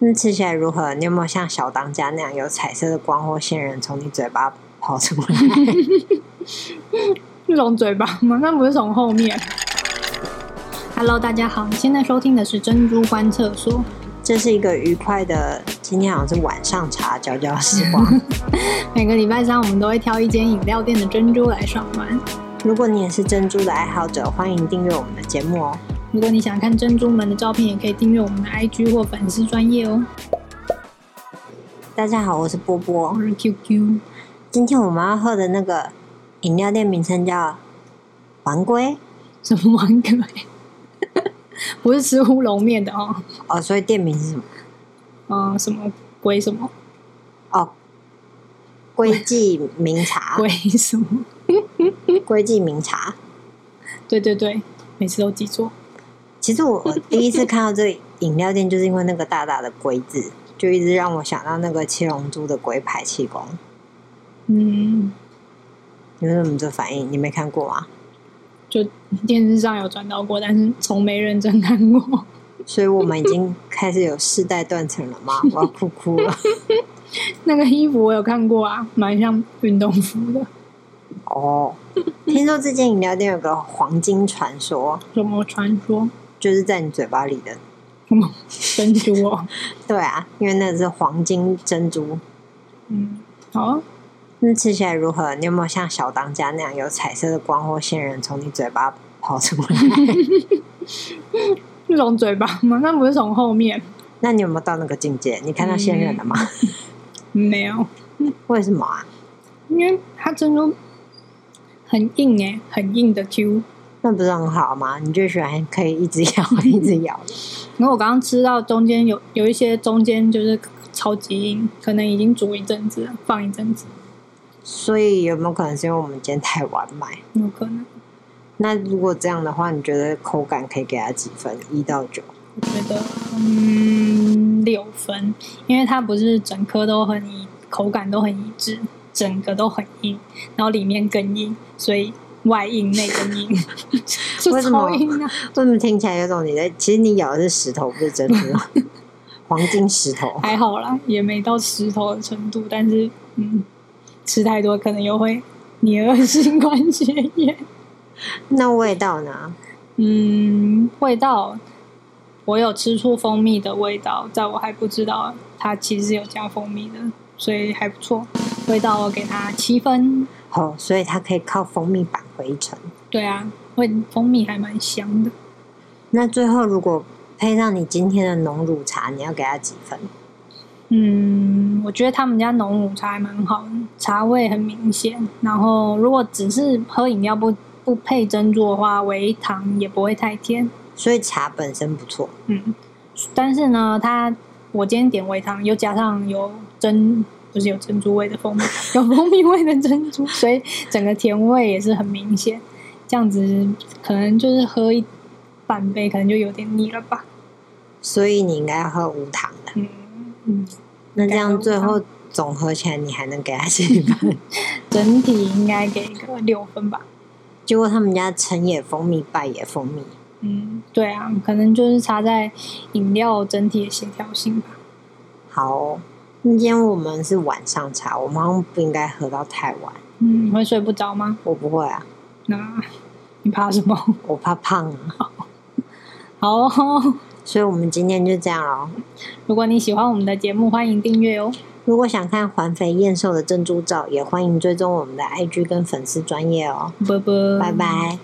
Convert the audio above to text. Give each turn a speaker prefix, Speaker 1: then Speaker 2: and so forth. Speaker 1: 那吃起来如何？你有没有像小当家那样有彩色的光或仙人从你嘴巴跑出来？
Speaker 2: 是从嘴巴吗？那不是从后面。Hello，大家好，你现在收听的是珍珠观厕所，
Speaker 1: 这是一个愉快的，今天好像是晚上茶交交时光。
Speaker 2: 每个礼拜三我们都会挑一间饮料店的珍珠来赏玩。
Speaker 1: 如果你也是珍珠的爱好者，欢迎订阅我们的节目哦。
Speaker 2: 如果你想看珍珠们的照片，也可以订阅我们的 IG 或粉丝专业哦。
Speaker 1: 大家好，我是波波
Speaker 2: 我。是 QQ，
Speaker 1: 今天我们要喝的那个饮料店名称叫“丸龟
Speaker 2: 什么玩 鬼？不是吃乌龙面的哦，”
Speaker 1: 哦，所以店名是什么？
Speaker 2: 嗯、什么鬼什么
Speaker 1: 哦，龟记名茶，
Speaker 2: 鬼什么？
Speaker 1: 龟记名茶。
Speaker 2: 对对对，每次都记错。
Speaker 1: 其实我第一次看到这个饮料店，就是因为那个大大的“龟”字，就一直让我想到那个七龙珠的龟排气功。
Speaker 2: 嗯，
Speaker 1: 你们怎么这反应？你没看过吗？
Speaker 2: 就电视上有转到过，但是从没认真看过。
Speaker 1: 所以我们已经开始有世代断层了吗？我要哭哭了。
Speaker 2: 那个衣服我有看过啊，蛮像运动服的。
Speaker 1: 哦，听说这间饮料店有个黄金传说，
Speaker 2: 什么传说？
Speaker 1: 就是在你嘴巴里的。
Speaker 2: 什么珍珠哦？
Speaker 1: 对啊，因为那是黄金珍珠。
Speaker 2: 嗯，好啊，
Speaker 1: 那吃起来如何？你有没有像小当家那样有彩色的光或仙人从你嘴巴跑出来？
Speaker 2: 是从嘴巴吗？那不是从后面？
Speaker 1: 那你有没有到那个境界？你看到仙人了吗？
Speaker 2: 没有，
Speaker 1: 为什么啊？
Speaker 2: 因为它珍珠很硬哎、很硬的 Q。
Speaker 1: 那不是很好吗？你就喜欢可以一直咬 一直咬。
Speaker 2: 然后我刚刚吃到中间有有一些中间就是超级硬，可能已经煮一阵子了，放一阵子，
Speaker 1: 所以有没有可能是因为我们今天太晚买？
Speaker 2: 有可能。
Speaker 1: 那如果这样的话，你觉得口感可以给它几分？一到九？
Speaker 2: 我觉得嗯六分，因为它不是整颗都很一，口感都很一致，整个都很硬，然后里面更硬，所以外硬内更硬， 就
Speaker 1: 为什
Speaker 2: 超
Speaker 1: 么
Speaker 2: 硬啊！
Speaker 1: 为什么听起来有种你在？其实你咬的是石头，不是珍珠，黄金石头。
Speaker 2: 还好啦，也没到石头的程度，但是嗯，吃太多可能又会你恶 心关节炎。
Speaker 1: 那味道呢？
Speaker 2: 嗯，味道我有吃出蜂蜜的味道，在我还不知道它其实有加蜂蜜的，所以还不错。味道我给它七分，
Speaker 1: 哦，所以它可以靠蜂蜜扳回城。
Speaker 2: 对啊，味蜂蜜还蛮香的，
Speaker 1: 那最后如果配上你今天的浓乳茶，你要给它几分？
Speaker 2: 嗯，我觉得他们家浓乳茶还蛮好的，茶味很明显。然后如果只是喝饮料不不配珍珠的话，微糖也不会太甜。
Speaker 1: 所以茶本身不错。
Speaker 2: 嗯，但是呢，它我今天点微糖，又加上有珍，不是有珍珠味的蜂蜜， 有蜂蜜味的珍珠，所以整个甜味也是很明显。这样子可能就是喝一半杯，可能就有点腻了吧。
Speaker 1: 所以你应该要喝无糖的。
Speaker 2: 嗯嗯，
Speaker 1: 那这样最
Speaker 2: 无
Speaker 1: 后总合起来，你还能给它几分？
Speaker 2: 整体应该给个六分吧。
Speaker 1: 结果他们家成也蜂蜜，败也蜂蜜。
Speaker 2: 嗯，对啊，可能就是差在饮料整体的协调性吧。
Speaker 1: 好哦、那今天我们是晚上茶，我们好像不应该喝到太晚。
Speaker 2: 嗯，你会睡不着吗？
Speaker 1: 我不会啊，
Speaker 2: 那你怕什么？
Speaker 1: 我怕胖啊，
Speaker 2: 好哦、
Speaker 1: 所以我们今天就这样咯。
Speaker 2: 如果你喜欢我们的节目，欢迎订阅哦。
Speaker 1: 如果想看环肥燕瘦的珍珠照，也欢迎追踪我们的 IG 跟粉丝专业哦。
Speaker 2: 拜
Speaker 1: 拜
Speaker 2: 拜，
Speaker 1: 拜。